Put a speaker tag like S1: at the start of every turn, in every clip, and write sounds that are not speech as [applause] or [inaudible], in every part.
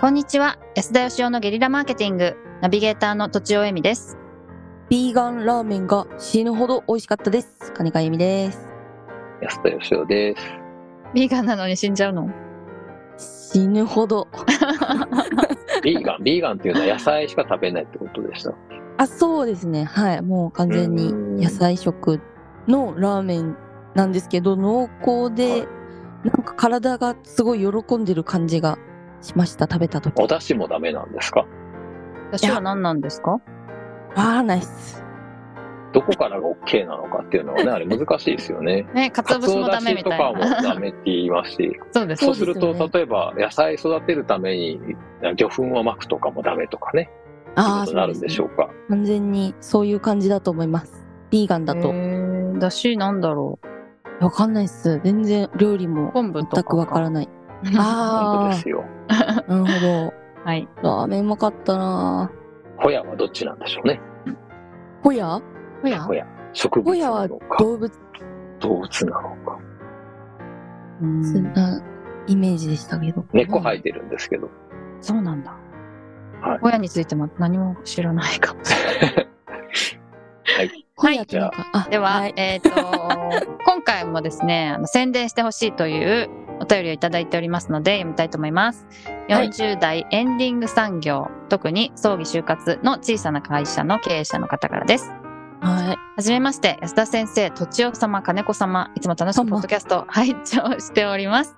S1: こんにちは安田義雄のゲリラマーケティングナビゲーターの土尾恵美です
S2: ビーガンラーメンが死ぬほど美味しかったです。金川由美です。
S3: 安田義雄です。
S1: ビーガンなのに死んじゃうの
S2: 死ぬほど。
S3: ビーガン、ビーガンっていうのは野菜しか食べないってことでした。
S2: あ、そうですね。はい。もう完全に
S3: うん
S2: 野菜食のラーメンなんですけど、濃厚
S3: はい
S2: で、なんか体がすごい喜んでる感じがしました。食べた時。
S3: お
S2: わ
S3: 出汁もダメなんですか
S1: 私は何なんですか
S2: ーないっす。
S3: どこからが OK なのかっていうのはね、あれ難しいですよね。
S1: ね、かつお節もダメみ
S3: と
S1: た
S3: か
S1: い
S3: も
S1: な。
S3: ダメって言いますし、
S1: [laughs] そうです。
S3: そ
S2: そうう
S3: す
S2: です
S3: る
S2: よね
S3: と、例えば野菜育てるために魚粉をまくとかもダメとかね、
S2: ああ、
S3: そういうことになるんでしょ
S2: う
S3: うか。
S2: ね。完全にそういう感じだと思います。ビーガンだ
S1: へ
S2: と。
S1: ーだし、なんだろう。
S2: わかんないっす。全然料理も
S1: 昆布とか。
S2: 全くわからない。
S3: 本当で
S2: あ
S3: すよ。
S2: あ、なるほど。
S1: はい。
S2: ラーメンうまかったなぁ
S3: ホヤはどっちなんでしょうね。
S2: ほや
S1: ほや
S3: ほや。植
S2: ホ
S3: 物
S2: ヤ
S3: な
S2: は
S3: のか、
S2: 動物
S3: 動物なのか。
S1: うん
S2: なイメージでしたけど。
S3: 根っこ生えてるんですけど。
S1: そうなんだ
S3: はい。
S1: ほやについても何も知らないかもしれない。
S2: ホヤってなんかあ
S1: では、
S2: い
S1: えっ、
S2: [laughs]
S1: と、今回もですね、あの宣伝してほしいというお便りをいただいておりますので、読みたいと思います。
S2: はい
S1: 40代エンディング産業、特に葬儀就活の小さな会社の経営者の方からです。
S2: はい。
S1: はじめまして、安田先生、とちお様、金子様、いつも楽しくポッドキャストを拝聴しております。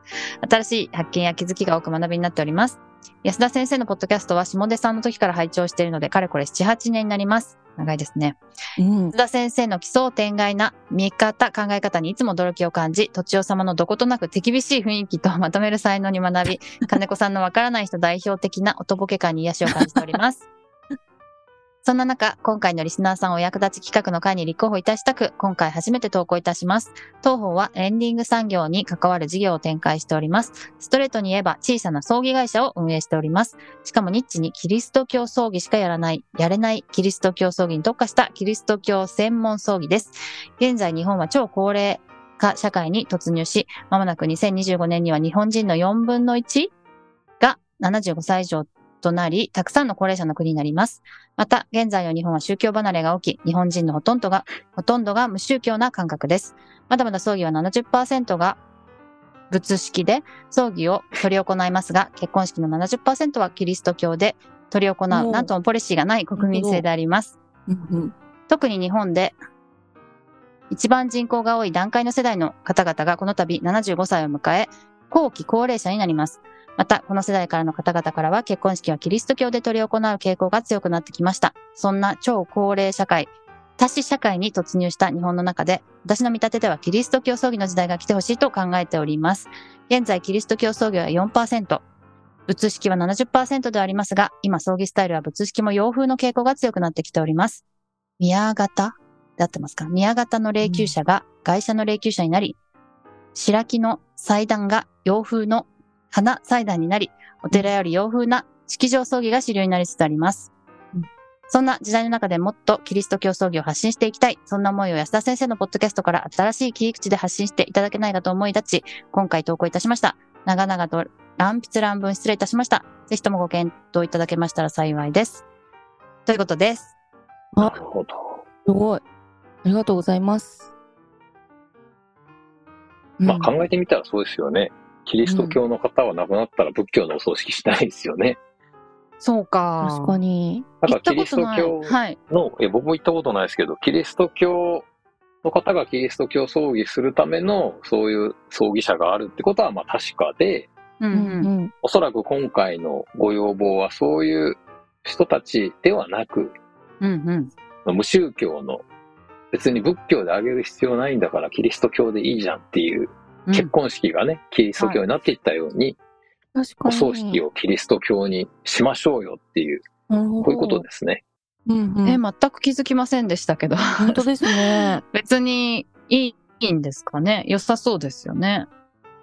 S1: 新しい発見や気づきが多く学びになっております。安田先生のポッドキャストは下出さんの時から拝聴しているので、かれこれ7、8年になります。長いですね。
S2: うん
S1: 安。田先生の奇想天外な見方、考え方にいつも驚きを感じ、とちお様のどことなく手厳しい雰囲気とまとめる才能に学
S2: [laughs]
S1: び、金子さんのわからない人代表的な音ボケ感に癒しを感じております。 [laughs] そんな中、今回のリスナーさんお役立ち企画の会に立候補いたしたく、今回初めて投稿いたします。当方はエンディング産業に関わる事業を展開しております。ストレートに言えば小さな葬儀会社を運営しております。しかもニッチにキリスト教葬儀しかやらない、やれないキリスト教葬儀に特化したキリスト教専門葬儀です。現在日本は超高齢化社会に突入し、まもなく2025年には日本人の4分の1が75歳以上となり、たくさんの高齢者の国になります。また、現在の日本は宗教離れが起き、日本人のほとんどが、ほとんどが無宗教な感覚です。まだまだ葬儀は70%が仏式で、葬儀を執り行いますが、結婚式の70%はキリスト教で執り行う、
S2: おう
S1: なんともポリシーがない国民性であります。
S2: うん
S1: 特に日本で一番人口が多い段階の世代の方々がこの度75歳を迎え、後期高齢者になります。また、この世代からの方々からは結婚式はキリスト教で執り行う傾向が強くなってきました。そんな超高齢社会、多子社会に突入した日本の中で、私の見立てではキリスト教葬儀の時代が来てほしいと考えております。現在、キリスト教葬儀は4%、仏式は70%ではありますが、今、葬儀スタイルは仏式も洋風の傾向が強くなってきております。宮型で合ってますか宮型の霊柩車が外車の霊柩車になり、白木の祭壇が洋風の花祭壇になり、お寺より洋風な式場葬儀が主流になりつつあります。
S2: うん
S1: そんな時代の中でもっとキリスト教葬儀を発信していきたい。そんな思いを安田先生のポッドキャストから新しい切り口で発信していただけないかと思い立ち、今回投稿いたしました。長々と乱筆乱文失礼いたしました。ぜひともご検討いただけましたら幸いです。ということです。
S2: あ
S3: なるほど。
S2: すごい。ありがとうございます。
S3: まあ
S2: うん
S3: 考えてみたらそうですよね。キリスト教の方は亡くなったら仏教のお葬式しないですよね。
S1: そうか。
S2: 確かに。
S3: だ
S1: 行
S3: から
S1: った
S3: キ
S1: こ
S3: リス
S1: と
S3: ト
S1: ない。
S3: 教
S1: はい。
S3: の、え僕も行ったことないですけど、キリスト教の方がキリスト教葬儀するためのそういう葬儀者があるってことはまあ確かで、
S1: う
S2: うん
S1: うん。
S2: ん
S3: おそらく今回のご要望はそういう人たちではなく、
S1: うんうん。
S3: 無宗教の別に仏教であげる必要ないんだからキリスト教でいいじゃんっていう、
S1: うん
S3: 結婚式がね、キリスト教になっていったように、
S2: うん。確か
S3: お
S2: に。
S3: 葬式をキリスト教にしましょうよっていう、
S2: なるほど。
S3: こういうことですね。
S2: うんうん。
S1: え、全く気づきませんでしたけど。
S2: 本当ですね。
S1: [laughs] 別にいいいいんですかね。良さそうですよね。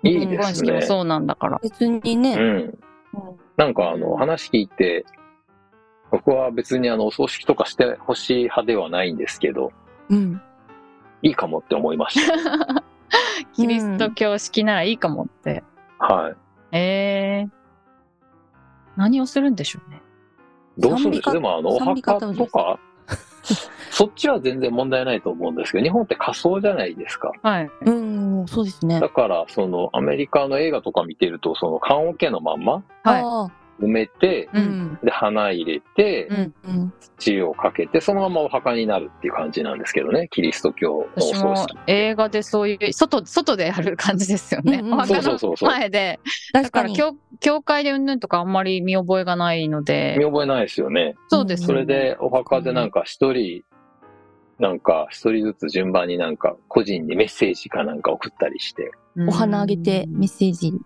S3: い
S1: 結
S3: いで
S1: 婚
S3: す
S1: 式も
S3: ね。
S1: そうなんだから。
S2: 別に
S3: う
S2: ね。
S3: ん。
S2: うん
S3: なんかあの、話聞いて、僕は別にあの、お葬式とかしてほしい派ではないんですけど、
S2: うん。
S3: いいかもって思い
S2: [laughs]
S3: ました。
S1: キリスト教式ならいいかもって。
S3: はい。
S1: ええ何をするんでしょうね。
S3: どうするんでし
S2: 賛美歌
S3: ょうでもあの、お
S2: 賛美歌
S3: 墓とか、そっちは全然問題ないと思うんですけど、日本って仮想じゃないですか。
S1: はい。
S2: うん、そうですね。
S3: だから、その、アメリカの映画とか見てると、その、棺桶のまんま
S1: はい
S2: あ
S3: 埋めて、
S2: ーうん。
S3: で、花入れて
S1: う、ん。
S2: うん。
S3: 土をかけて、そのままお墓になるっていう感じなんですけどね、キリスト教のお
S1: 私
S3: 葬
S1: も
S3: 式。
S1: 映画でそういう、外、外でやる感じですよね。
S2: うんうん
S1: お墓
S3: そう
S1: の
S3: そうそうそう
S1: 前で。だ
S2: 確
S1: か
S2: からに。
S1: 教、教会でうんぬんとかあんまり見覚えがないの
S3: 見
S1: で。
S3: 覚えないですよね。
S1: そうですよ
S3: そ
S1: ね
S3: れで、お墓でなんか一人、なんか一人ずつ順番になんか個人にメッセージかなんか送ったりして、
S2: お花あげてメッセージ、ね。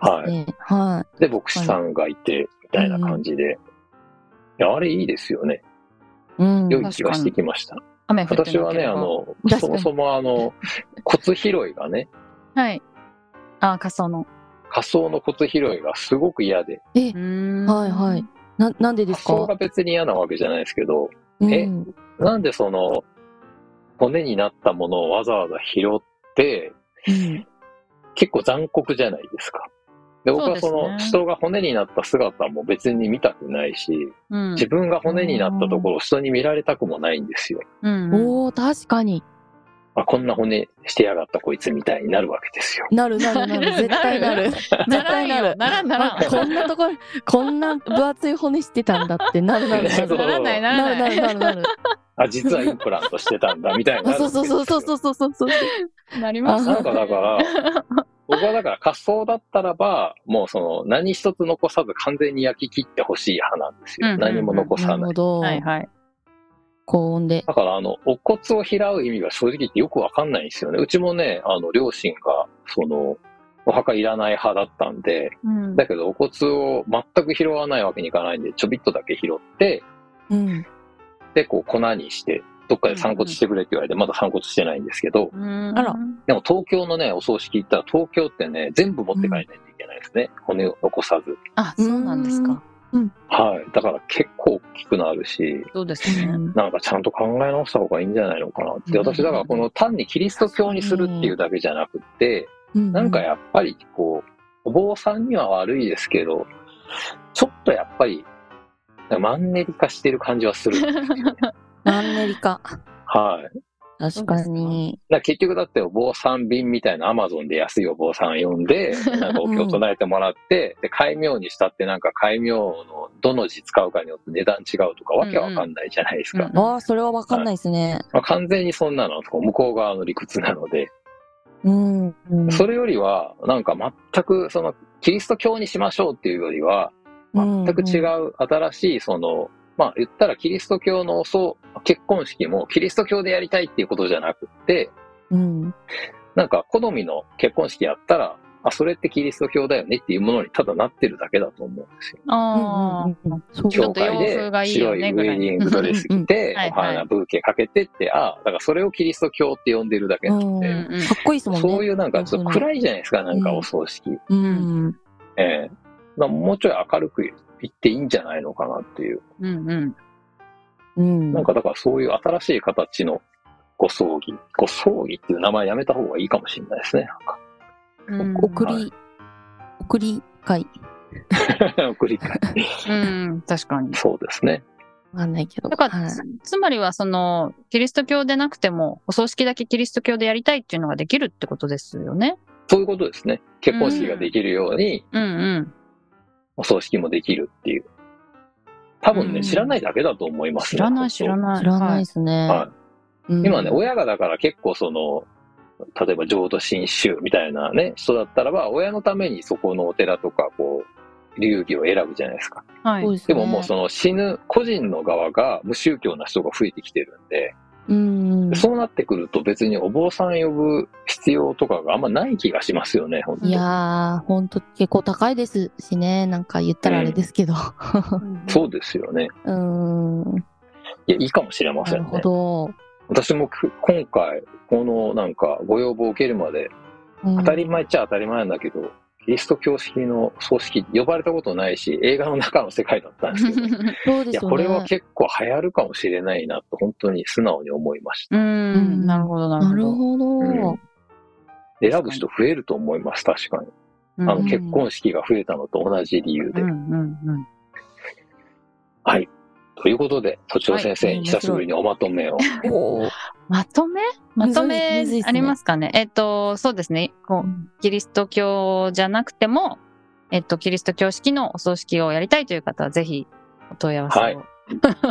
S3: はい。
S2: は
S3: で、牧師さんがいて、みたいな感じで。いや、あれいいですよね。
S2: い。うん。
S3: 良い気がしてきました。
S1: 雨降って
S3: 私
S1: な
S3: は
S1: け
S3: ね、
S1: れ
S3: あ
S1: ば。
S3: の
S2: 確か、に
S3: そもそもあの、骨拾いがね、
S1: はい。あ、仮想の。
S3: 仮想の骨拾いがすごく嫌で、
S2: え、は
S1: はい
S2: はい。。な、なんでで
S3: 仮
S2: すか
S3: 想が別に嫌なわけじゃないですけど、え
S2: うん
S3: なんでその、骨になったものをわざわざ拾って、
S2: うん
S3: 結構残酷じゃないですか。で僕は
S1: そ
S3: そ
S1: う
S3: の
S1: ですね
S3: 人が骨になった姿も別に見たくないし、
S1: うん。
S3: 自分が骨になったところを人に見られたくもないんですよ。
S1: うんうん
S2: おー、確かに。
S3: あこんな骨してやがったこいつみたいになるわけですよ。
S2: なるなるなる。絶対なる。絶
S1: なら
S2: 対
S1: ん
S2: な
S1: よ。
S2: る。
S1: ならんな
S3: [laughs]
S1: らん。
S2: こんなところ、こんな分厚い骨してたんだってなるなるな
S3: そう
S2: る。
S1: ならない、な
S2: な
S1: ら
S2: る
S1: な
S2: な
S1: い。
S2: るなるなる。
S3: あ、実はインプラントしてた
S1: [laughs]
S3: んだみたいに
S2: あ
S3: なる
S2: そ
S3: わ
S2: う
S3: け
S2: そう
S3: ですよ。
S2: そうそうそうそうそうそう。
S1: なります。
S3: なんかだから、僕はだから仮想だったらば、もうその何一つ残さず完全に焼き切ってほしい派なんですよ。
S1: うんうんうん
S3: 何も残
S2: な
S3: さ
S2: る
S3: な
S2: ほ
S3: い。
S2: ど。
S1: はいはい。
S2: 高温で。
S3: だからあの、お骨を拾う意味が正直言ってよくわかんないんですよね。うちもね、あの、両親が、その、お墓いらない派だったんで、
S1: うん
S3: だけどお骨を全く拾わないわけにいかないんで、ちょびっとだけ拾って、
S2: うん。
S3: で、こう粉にして、どっかで散骨してくれって言われて、まだ散骨してないんですけど、
S1: あ
S2: あら。
S3: でも東京のね、お葬式行ったら、東京ってね、全部持って帰らないといけないですね。骨を残さず。
S1: あ、そうなんです
S2: う
S1: か
S2: ん。
S3: はい。だから結構大きくなるし、
S1: そうですね。
S3: なんかちゃんと考え直した方がいいんじゃないのかなって。
S1: うん
S3: 私、だからこの単にキリスト教にするっていうだけじゃなくって、
S2: うん
S3: なんかやっぱりこう、お坊さんには悪いですけど、ちょっとやっぱり、マンネリ化してる感じはする。
S1: [laughs]
S2: マンネリ化。
S3: はい。
S2: 確かに。
S3: だから結局だってお坊さん便みたいなアマゾンで安いお坊さん呼んで、なんかお経を唱えてもらって、で、戒名にしたってなんか戒名のどの字使うかによって値段違うとかわけわかんないじゃないですか。
S1: うんうん
S2: ああ、それはわかんないですね。
S3: まあ、完全にそんなのはこう向こう側の理屈なので、
S2: うん。うん
S3: それよりはなんか全くそのキリスト教にしましょうっていうよりは、全く違
S2: うん。
S3: う新しいその、まあ言ったらキリスト教のお葬結婚式もキリスト教でやりたいっていうことじゃなくって、
S2: うん。
S3: なんか好みの結婚式やったら、あ、それってキリスト教だよねっていうものにただなってるだけだと思うんですよ。
S1: ああ。
S2: そう
S1: ちょ
S3: 教
S1: っと
S3: 会
S1: 洋
S3: で
S1: 風がいいよ
S3: 白い
S1: ね
S3: ウェディングドレス着て、
S1: はい
S3: お花ブーケかけてって、あ、だからそれをキリスト教って呼んでるだけ
S2: う。
S3: なんん
S2: う
S3: で、
S2: んかっこいいですもんね。
S3: そういうなんかちょっと暗いじゃないですか、なんか
S2: うん
S3: お葬式。
S2: うん。
S3: ええだからもうちょい明るく言っていいんじゃないのかなっていう。
S1: うんうん。
S2: うん。
S3: なんかだからそういう新しい形のご葬儀。ご葬儀っていう名前やめた方がいいかもしれないですね。 [laughs]
S1: うん
S2: お送り、送り会。
S3: なんか繰り返し
S1: うん、確かに。
S3: そうですね。
S2: わかんないけど。
S1: だから、
S2: はい
S1: つつまりはその、キリスト教でなくても、お葬式だけキリスト教でやりたいっていうのができるってことですよね。
S3: そういうことですね。結婚式ができるように、
S1: うんうん。
S3: お葬式もできるっていう。多分ね、
S1: うん
S3: 知らないだけだと思います、
S1: 知
S3: ね。
S1: らない知ら
S3: い。
S1: ない。
S2: 知らない
S1: は
S2: で
S1: い。
S2: すね。
S3: は
S2: うん
S3: 今ね、親がだから結構その、例えば浄土真宗みたいなね、人だったらば、親のためにそこのお寺とか、こう、流儀を選ぶじゃないですか。
S1: はい
S2: そうです
S3: で
S2: ね
S3: ももうその死ぬ個人の側が無宗教な人が増えてきてるんで、
S2: うんうん。
S3: そうなってくると別にお坊さん呼ぶ必要とかがあんまない気がしますよね、本当
S2: いやー、ほんと結構高いですしね。なんか言ったらあれですけ
S3: [laughs]
S2: ど。
S3: そうですよね。
S2: うーん。
S3: いや、いいかもしれま
S2: な
S3: せ
S2: る
S3: ん
S2: ほ
S3: ね。
S2: ど。
S3: 私もく今回、このなんかご要望を受けるまで、
S2: うん
S3: 当たり前っちゃ当たり前なんだけど、キリスト教式の葬式、呼ばれたことないし、映画の中の世界だったんですけ
S2: [laughs]
S3: ど、
S2: そう
S3: い
S2: で
S3: や、
S2: すよね。
S3: これは結構流行るかもしれないなと、本当に素直に思いまし
S1: う
S3: た。
S1: ん、なるほど、なる
S2: な
S1: ほ
S2: る
S1: ど。
S2: ほど。
S3: うん選ぶ人増えると思います、確かに。
S1: あ
S3: あの
S2: うん
S3: 結婚式が増えたのと同じ理由で。
S1: うんうん
S3: はい。ということで、都庁先生、
S2: はい
S3: 久しぶりにおまとめを。
S2: おー
S1: まとめまとめ
S2: むずいむずいっすね
S1: ありますかねえっ、と、そうですね。こうキリスト教じゃなくても、えっと、キリスト教式のお葬式をやりたいという方は、ぜひお問い合わせを。
S3: はい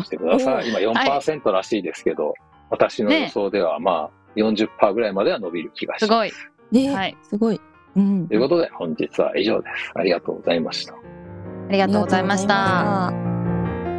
S3: してください。今4%らしいですけど、私の予想ではまあ40%ぐらいまでは伸びる気がし
S1: す
S3: ます。
S1: ごい。
S2: ね、
S1: はい。
S2: すごい。うん
S3: と。いうことで、本日は以上です。ありがとうございました。
S1: ありがとうございまし
S2: ありがとう
S1: た
S2: ございま。した。